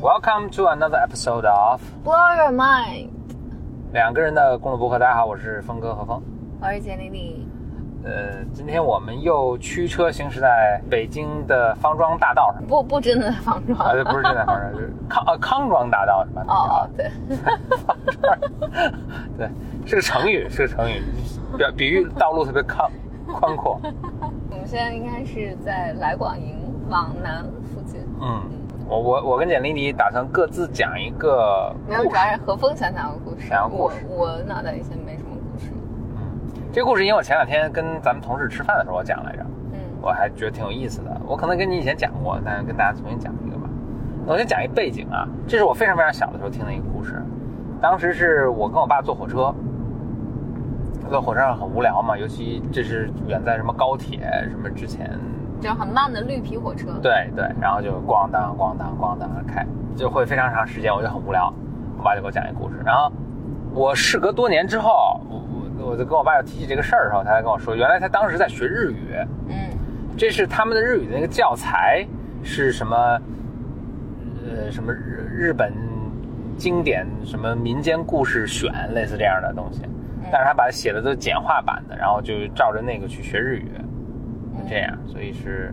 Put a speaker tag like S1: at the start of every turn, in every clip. S1: Welcome to another episode of
S2: Blow your mind，
S1: 两个人的公路博客。大家好，我是峰哥何峰。
S2: 我是简丽丽。
S1: 呃，今天我们又驱车行驶在北京的方庄大道上。
S2: 不不真的防撞。
S1: 啊，不是正在方庄， 就是康啊康庄大道是吧？那个啊
S2: 哦，对，
S1: 对，是个成 语，是个成语，表比喻道路特别康宽阔。
S2: 我们现在应该是在来广营往南附近。
S1: 嗯，我我我跟简丽丽打算各自讲一个
S2: 没有，
S1: 故
S2: 主
S1: 事。
S2: 要是何峰想讲个故事。
S1: 讲个故事
S2: 我我脑袋里现在没什么故事。
S1: 这个故事因为我前两天跟咱们同事吃饭的时候我讲来着。
S2: 嗯
S1: 我还觉得挺有意思的。我可能跟你以前讲过，但是跟大家重新讲一个吧。我先讲一背景啊，这是我非常非常小的时候听的一个故事。当时是我跟我爸坐火车，坐火车上很无聊嘛，尤其这是远在什么高铁什么之前，
S2: 就是很慢的绿皮火车。
S1: 对对，然后就咣当咣当咣当地开，就会非常长时间，我就很无聊。我爸就给我讲一个故事，然后我事隔多年之后，我我我就跟我爸提起这个事儿的时候，他才跟我说，原来他当时在学日语。
S2: 嗯
S1: 这是他们的日语的那个教材是什么？呃，什么日日本经典什么民间故事选，类似这样的东西。但是他把它写的都简化版的，然后就照着那个去学日语，就
S2: 嗯
S1: 这样。所以是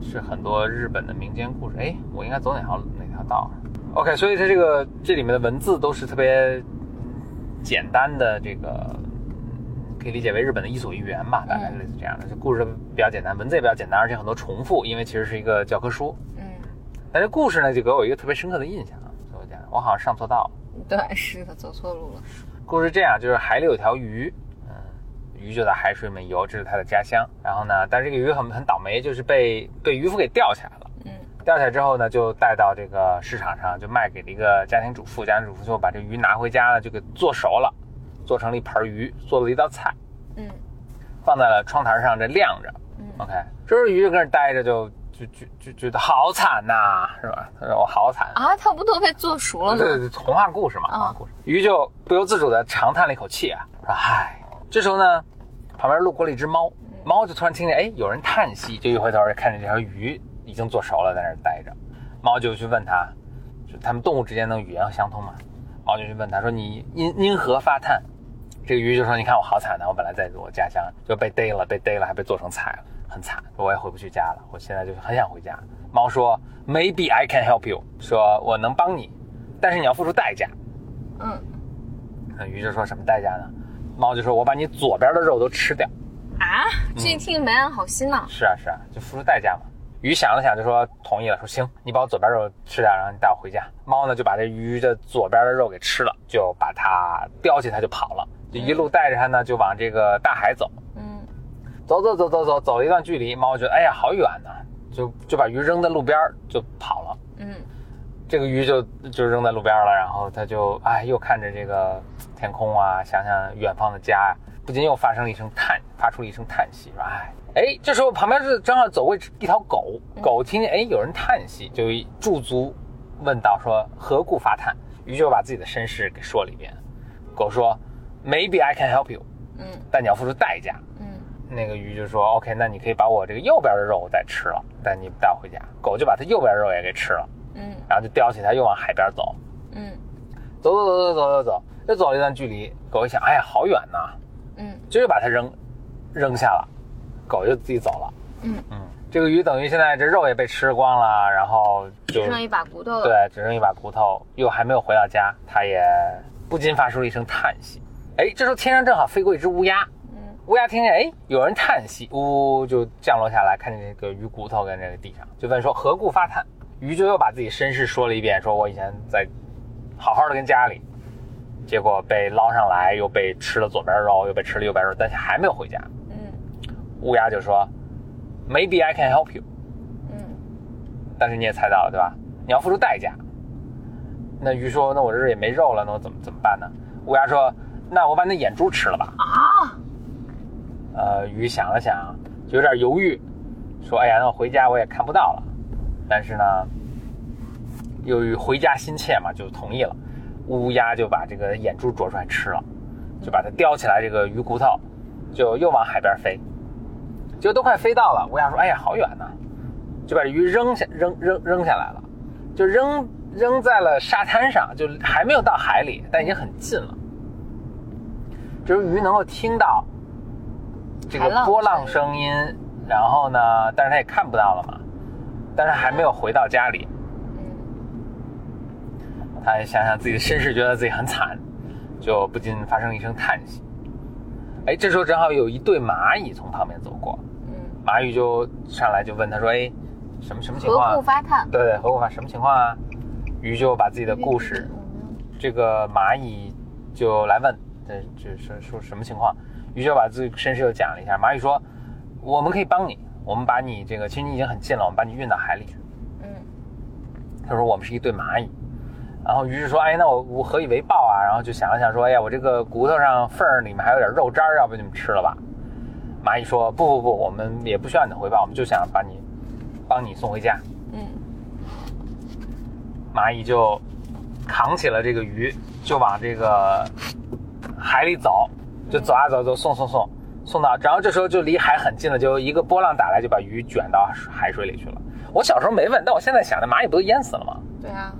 S1: 是很多日本的民间故事。哎，我应该走哪条哪条道啊？OK，所以它这个这里面的文字都是特别简单的，这个嗯可以理解为日本的伊索寓言吧，大概类似这样的。就故事比较简单，文字也比较简单，而且很多重复，因为其实是一个教科书。
S2: 嗯，
S1: 但这故事呢，就给我一个特别深刻的印象，所以我讲，我好像上错道了。
S2: 对，是的，走错路了。
S1: 故事这样，就是海里有条鱼，嗯，鱼就在海水里面游，这是它的家乡。然后呢，但是这个鱼很很倒霉，就是被被渔夫给钓起来了。
S2: 嗯
S1: 钓起来之后呢，就带到这个市场上，就卖给了一个家庭主妇。家庭主妇就把这鱼拿回家了，就给做熟了，做成了一盘鱼，做了一道菜，
S2: 嗯
S1: 放在了窗台上，这晾着。
S2: 嗯
S1: OK，这只鱼就跟那儿待着就，就就就觉得好惨呐、是吧？ 他说我好惨。
S2: 啊，它不都被做熟了
S1: 对
S2: 吗？
S1: 对，童话故事嘛，
S2: 啊
S1: 童话故事。鱼就不由自主的长叹了一口气啊，说：“唉。”这时候呢，旁边路过了一只猫，猫就突然听见哎有人叹息，就一回头就看见这条鱼已经做熟了，在那儿待着。猫就去问他，就他们动物之间的语言相通嘛。猫就去问他说：“你因因何发叹？”这个鱼就说：“你看我好惨呐、我本来在我家乡就被逮了，被逮了还被做成菜了，很惨，我也回不去家了。我现在就很想回家。”猫说：“Maybe I can help you，说我能帮你，但是你要付出代价。
S2: 嗯，”
S1: 那鱼就说什么代价呢？猫就说：“我把你左边的肉都吃掉。
S2: 啊，
S1: 嗯
S2: 这一听没安好心呐”。
S1: 是啊，是啊，就付出代价嘛。鱼想了想，就说同意了，说行，你把我左边肉吃掉，然后你带我回家。猫呢就把这鱼的左边的肉给吃了，就把它叼起它就跑了，就一路带着它呢就往这个大海走。
S2: 嗯
S1: 走走走走走走了一段距离，猫觉得哎呀好远呐、就就把鱼扔在路边儿就跑了。
S2: 嗯
S1: 这个鱼就就扔在路边儿了，然后它就哎又看着这个天空啊，想想远方的家呀、不禁又发生了一声叹，发出了一声叹息，说哎哎，这时候旁边是正好走过一条狗，狗听见哎有人叹息，就驻足问道说何故发叹？鱼就把自己的身世给说了一遍，狗哎说 Maybe I can help you，
S2: 嗯
S1: 但你要付出代价。
S2: 嗯
S1: 那个鱼就说：“OK，那你可以把我这个右边的肉再吃了，但你不带我回家。”狗就把它右边的肉也给吃了，
S2: 嗯
S1: 然后就叼起它又往海边走，
S2: 嗯
S1: 走走走走走走走，又走了一段距离。狗一想，哎呀，好远呐，
S2: 嗯
S1: 就又把它扔扔下了，狗就自己走了。
S2: 嗯
S1: 嗯，这个鱼等于现在这肉也被吃光了，然后就
S2: 只剩一把骨头了。
S1: 对，只剩一把骨头，又还没有回到家，它也不禁发出了一声叹息。哎，这时候天上正好飞过一只乌鸦，
S2: 嗯
S1: 乌鸦听见哎有人叹息，呜呜就降落下来，看见这个鱼骨头跟这个地上，就问说何故发叹？鱼就又把自己身世说了一遍，说我以前在好好的跟家里，结果被捞上来，又被吃了左边肉，又被吃了右边肉，但是还没有回家。
S2: 嗯
S1: 乌鸦就说，Maybe I can help you，
S2: 嗯
S1: 但是你也猜到了对吧？你要付出代价。那鱼说，那我这儿也没肉了，那我怎么怎么办呢？乌鸦说，那我把你的眼珠吃了吧。
S2: 啊。
S1: 呃，鱼想了想，就有点犹豫，说：“哎呀，那我回家我也看不到了。”但是呢，由于回家心切嘛，就同意了。乌鸦就把这个眼珠啄出来吃了，就把它叼起来这个鱼骨头，就又往海边飞。结果都快飞到了，乌鸦说：“哎呀，好远呐、就把这鱼扔下，扔扔扔下来了。就扔扔在了沙滩上，就还没有到海里，但已经很近了。就是鱼能够听到这个
S2: 海浪
S1: 波浪声音，然后呢，但是它也看不到了嘛，但是还没有回到家里。
S2: 嗯，
S1: 他想想自己的身世，觉得自己很惨，就不禁发生一声叹息。哎，这时候正好有一对蚂蚁从旁边走过，
S2: 嗯，
S1: 蚂蚁就上来就问他说：“哎，什么什么情况、
S2: 何
S1: 啊？
S2: 故发烫？
S1: 对对，何故发什么情况啊？”鱼就把自己的故事，这个蚂蚁就来问，这这说说什么情况？鱼就把自己身世又讲了一下。蚂蚁说：“我们可以帮你，我们把你这个，其实你已经很近了，我们把你运到海里去。”
S2: 嗯
S1: 他说我们是一对蚂蚁，然后于是说，哎，那我我何以为报啊？然后就想了想说，哎呀，我这个骨头上缝儿里面还有点肉渣儿，要不你们吃了吧？蚂蚁说不不不，我们也不需要你的回报，我们就想把你帮你送回家。
S2: 嗯
S1: 蚂蚁就扛起了这个鱼，就往这个海里走，就走啊走走，送送送送到，然后这时候就离海很近了，就一个波浪打来，就把鱼卷到海水里去了。我小时候没问，但我现在想，这蚂蚁不都淹死了吗？
S2: 嗯，对啊，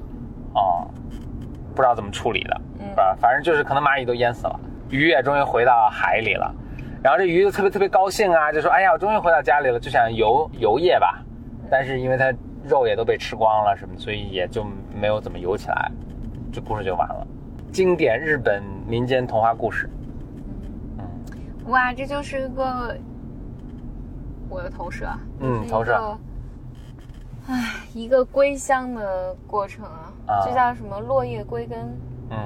S1: 哦，不知道怎么处理的，
S2: 嗯
S1: 是吧？反正就是可能蚂蚁都淹死了，鱼也终于回到海里了。然后这鱼就特别特别高兴啊，就说：“哎呀，我终于回到家里了，就想游游夜吧。”但是因为它肉也都被吃光了什么，所以也就没有怎么游起来。这故事就完了。经典日本民间童话故事，
S2: 哇，这就是一个我的投射啊，
S1: 嗯，投射，
S2: 哎，一个归乡的过程啊，
S1: 啊
S2: 这叫什么落叶归根？
S1: 嗯，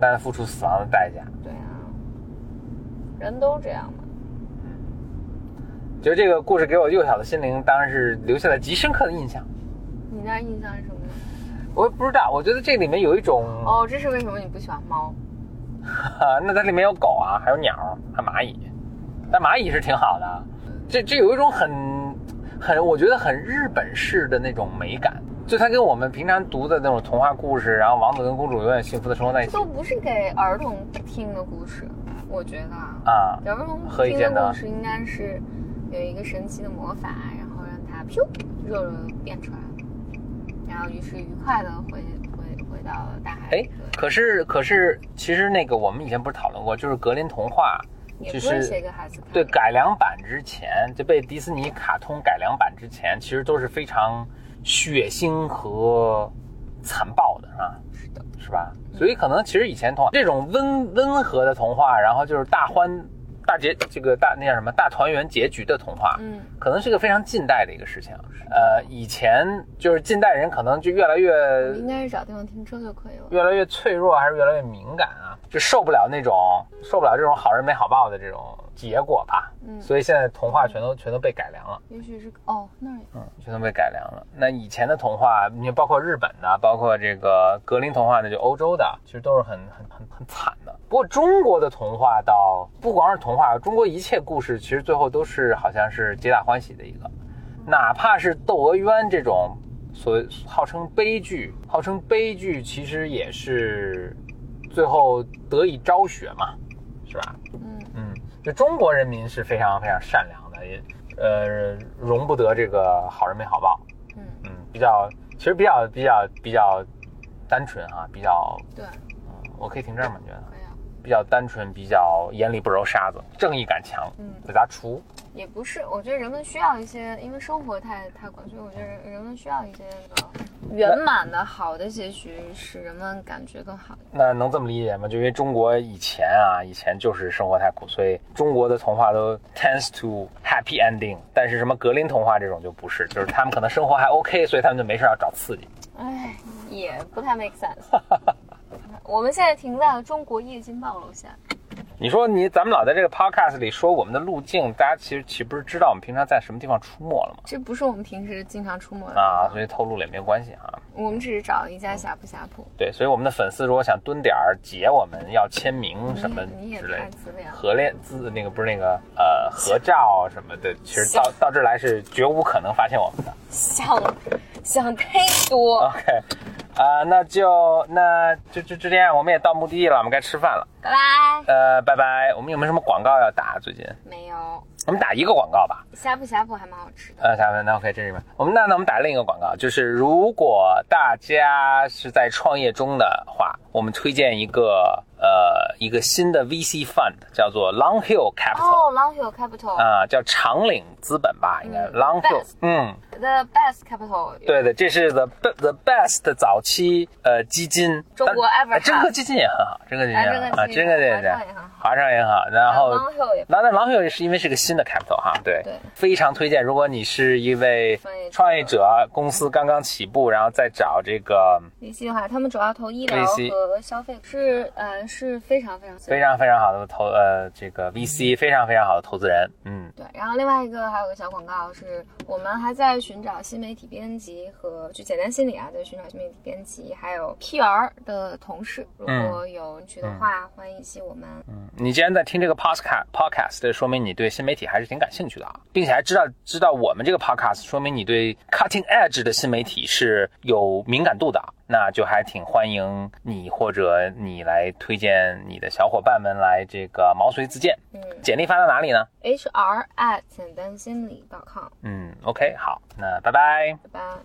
S1: 但付出死亡的代价。
S2: 对啊，人都这样嘛。
S1: 就是这个故事给我幼小的心灵，当然是留下了极深刻的印象。
S2: 你那印象是什么呢？
S1: 我也不知道，我觉得这里面有一种
S2: 哦，这是为什么你不喜欢猫？
S1: 啊， 那它里面有狗啊，还有鸟儿，还有蚂蚁，但蚂蚁是挺好的。啊这这有一种很很，我觉得很日本式的那种美感，就它跟我们平常读的那种童话故事，然后王子跟公主永远幸福的生活在一
S2: 这
S1: 起
S2: 都不是给儿童听的故事，我觉得啊，
S1: 啊，
S2: 给儿童
S1: 何以
S2: 听
S1: 见
S2: 的
S1: 得
S2: 故事应该是有一个神奇的魔法，然后让它噗肉肉变出来，然后于是愉快的回回回到大海
S1: 哎
S2: 里了。
S1: 可是可是，其实那个我们以前不是讨论过，就是格林童话
S2: 也
S1: 就
S2: 不会
S1: 是
S2: 写给孩子看。
S1: 对，改良版之前，就被迪士尼卡通改良版之前，其实都是非常血腥和残暴的，是吧？
S2: 是的，
S1: 是吧？所以可能其实以前童话这种温温和的童话，然后就是大欢大结这个大那叫什么大团圆结局的童话，
S2: 嗯
S1: 可能是个非常近代的一个事情。呃，以前就是近代人可能就越来越
S2: 应该是找地方停车就可以了。
S1: 越来越脆弱，还是越来越敏感啊？就受不了那种受不了这种好人没好报的这种结果吧。
S2: 嗯
S1: 所以现在童话全都全都被改良了，
S2: 也许是哦，那儿也
S1: 嗯，全都被改良了。那以前的童话，你包括日本的，包括这个格林童话的，就欧洲的，其实都是很很很很惨的。不过中国的童话倒不光是童话，中国一切故事其实最后都是好像是皆大欢喜的一个，哪怕是《窦娥冤》这种所号称悲剧，号称悲剧其实也是最后得以昭雪嘛，是吧？
S2: 嗯
S1: 嗯，就中国人民是非常非常善良的，也呃容不得这个好人没好报。
S2: 嗯，
S1: 嗯，比较其实比较比较比较单纯啊，比较
S2: 对，
S1: 嗯我可以停这儿吗？你觉得
S2: 可以啊，
S1: 比较单纯，比较眼里不揉沙子，正义感强，
S2: 嗯
S1: 伟大厨。
S2: 也不是，我觉得人们需要一些，因为生活太太苦，所以我觉得人人们需要一些那个圆满的好的结局，使人们感觉更好。
S1: 那能这么理解吗？就因为中国以前啊，以前就是生活太苦，所以中国的童话都 tends to happy ending。但是什么格林童话这种就不是，就是他们可能生活还 OK，所以他们就没事儿要找刺激。
S2: 唉，也不太 make sense。我们现在停在了中国夜金报楼下，
S1: 你说你咱们老在这个 podcast 里说我们的路径，大家其实岂不是知道我们平常在什没地方出没了吗？
S2: 这不是我们平时经常出没的地
S1: 啊，嗯
S2: 方
S1: 所以透露了也没关系啊。
S2: 我们只是找了一家呷哺呷哺。
S1: 对，所以我们的粉丝如果想蹲点儿截我们要签名什么
S2: 嗯你也
S1: 之
S2: 你也
S1: 类的，
S2: 太自恋了。
S1: 合练字那个不是那个呃合照什么的，其实到到这儿来是绝无可能发现我们的。
S2: 想想太多，
S1: OK，啊、那就那就就就这样，我们也到目的地了，我们该吃饭了。
S2: 拜拜。
S1: 呃，拜拜。我们有没有什么广告要打？最近
S2: 没有，
S1: 我们打一个广告吧。
S2: 呷哺呷哺还蛮好吃的。
S1: 呃，咱们那 OK，这是什么？我们那那我们打另一个广告，就是如果大家是在创业中的话，我们推荐一个呃一个新的 VC fund，叫做 Long Hill Capital，
S2: 哦、l o n g Hill Capital，、
S1: 啊、叫长岭资本吧，应该
S2: 嗯
S1: Long Hill，
S2: Best
S1: 嗯，
S2: The Best Capital，
S1: 对的，这是 the be- the best 的早期呃基金，
S2: 中国
S1: 但
S2: ever
S1: 哎真格基金也很好，真格基金也很好
S2: 哎
S1: 啊，
S2: 真
S1: 真
S2: 格
S1: 格
S2: 基
S1: 基
S2: 金
S1: 金
S2: 华创也很好
S1: 华创也很好，然后
S2: Long Hill 也
S1: 那那狼友也是因为是个新的 capital 哈，对，
S2: 对
S1: 非常推荐。如果你是一位
S2: 创业者
S1: 创业者，公司刚刚起步，然后再找这个
S2: VC 的话，他们主要投医疗
S1: VC
S2: 和消费，是呃是非常非常
S1: 非常非常好的投呃这个 VC，非常非常好的投资人，嗯，
S2: 对，然后另外一个还有个小广告是，我们还在寻找新媒体编辑和就简单心理啊，在寻找新媒体编辑，还有 PR 的同事，如果有兴趣的话，欢迎系我们。
S1: 你既然在听这个 podcast podcast，这说明你对新媒体还是挺感兴趣的啊，并且还知道知道我们这个 podcast，说明你对 cutting edge 的新媒体是有敏感度的啊，那就还挺欢迎你或者你来推荐你的小伙伴们来这个毛遂自荐。
S2: 嗯
S1: 简历发到哪里呢？
S2: ，HR at 简单心理 .com，
S1: 嗯，OK，好，那拜拜。
S2: 拜拜。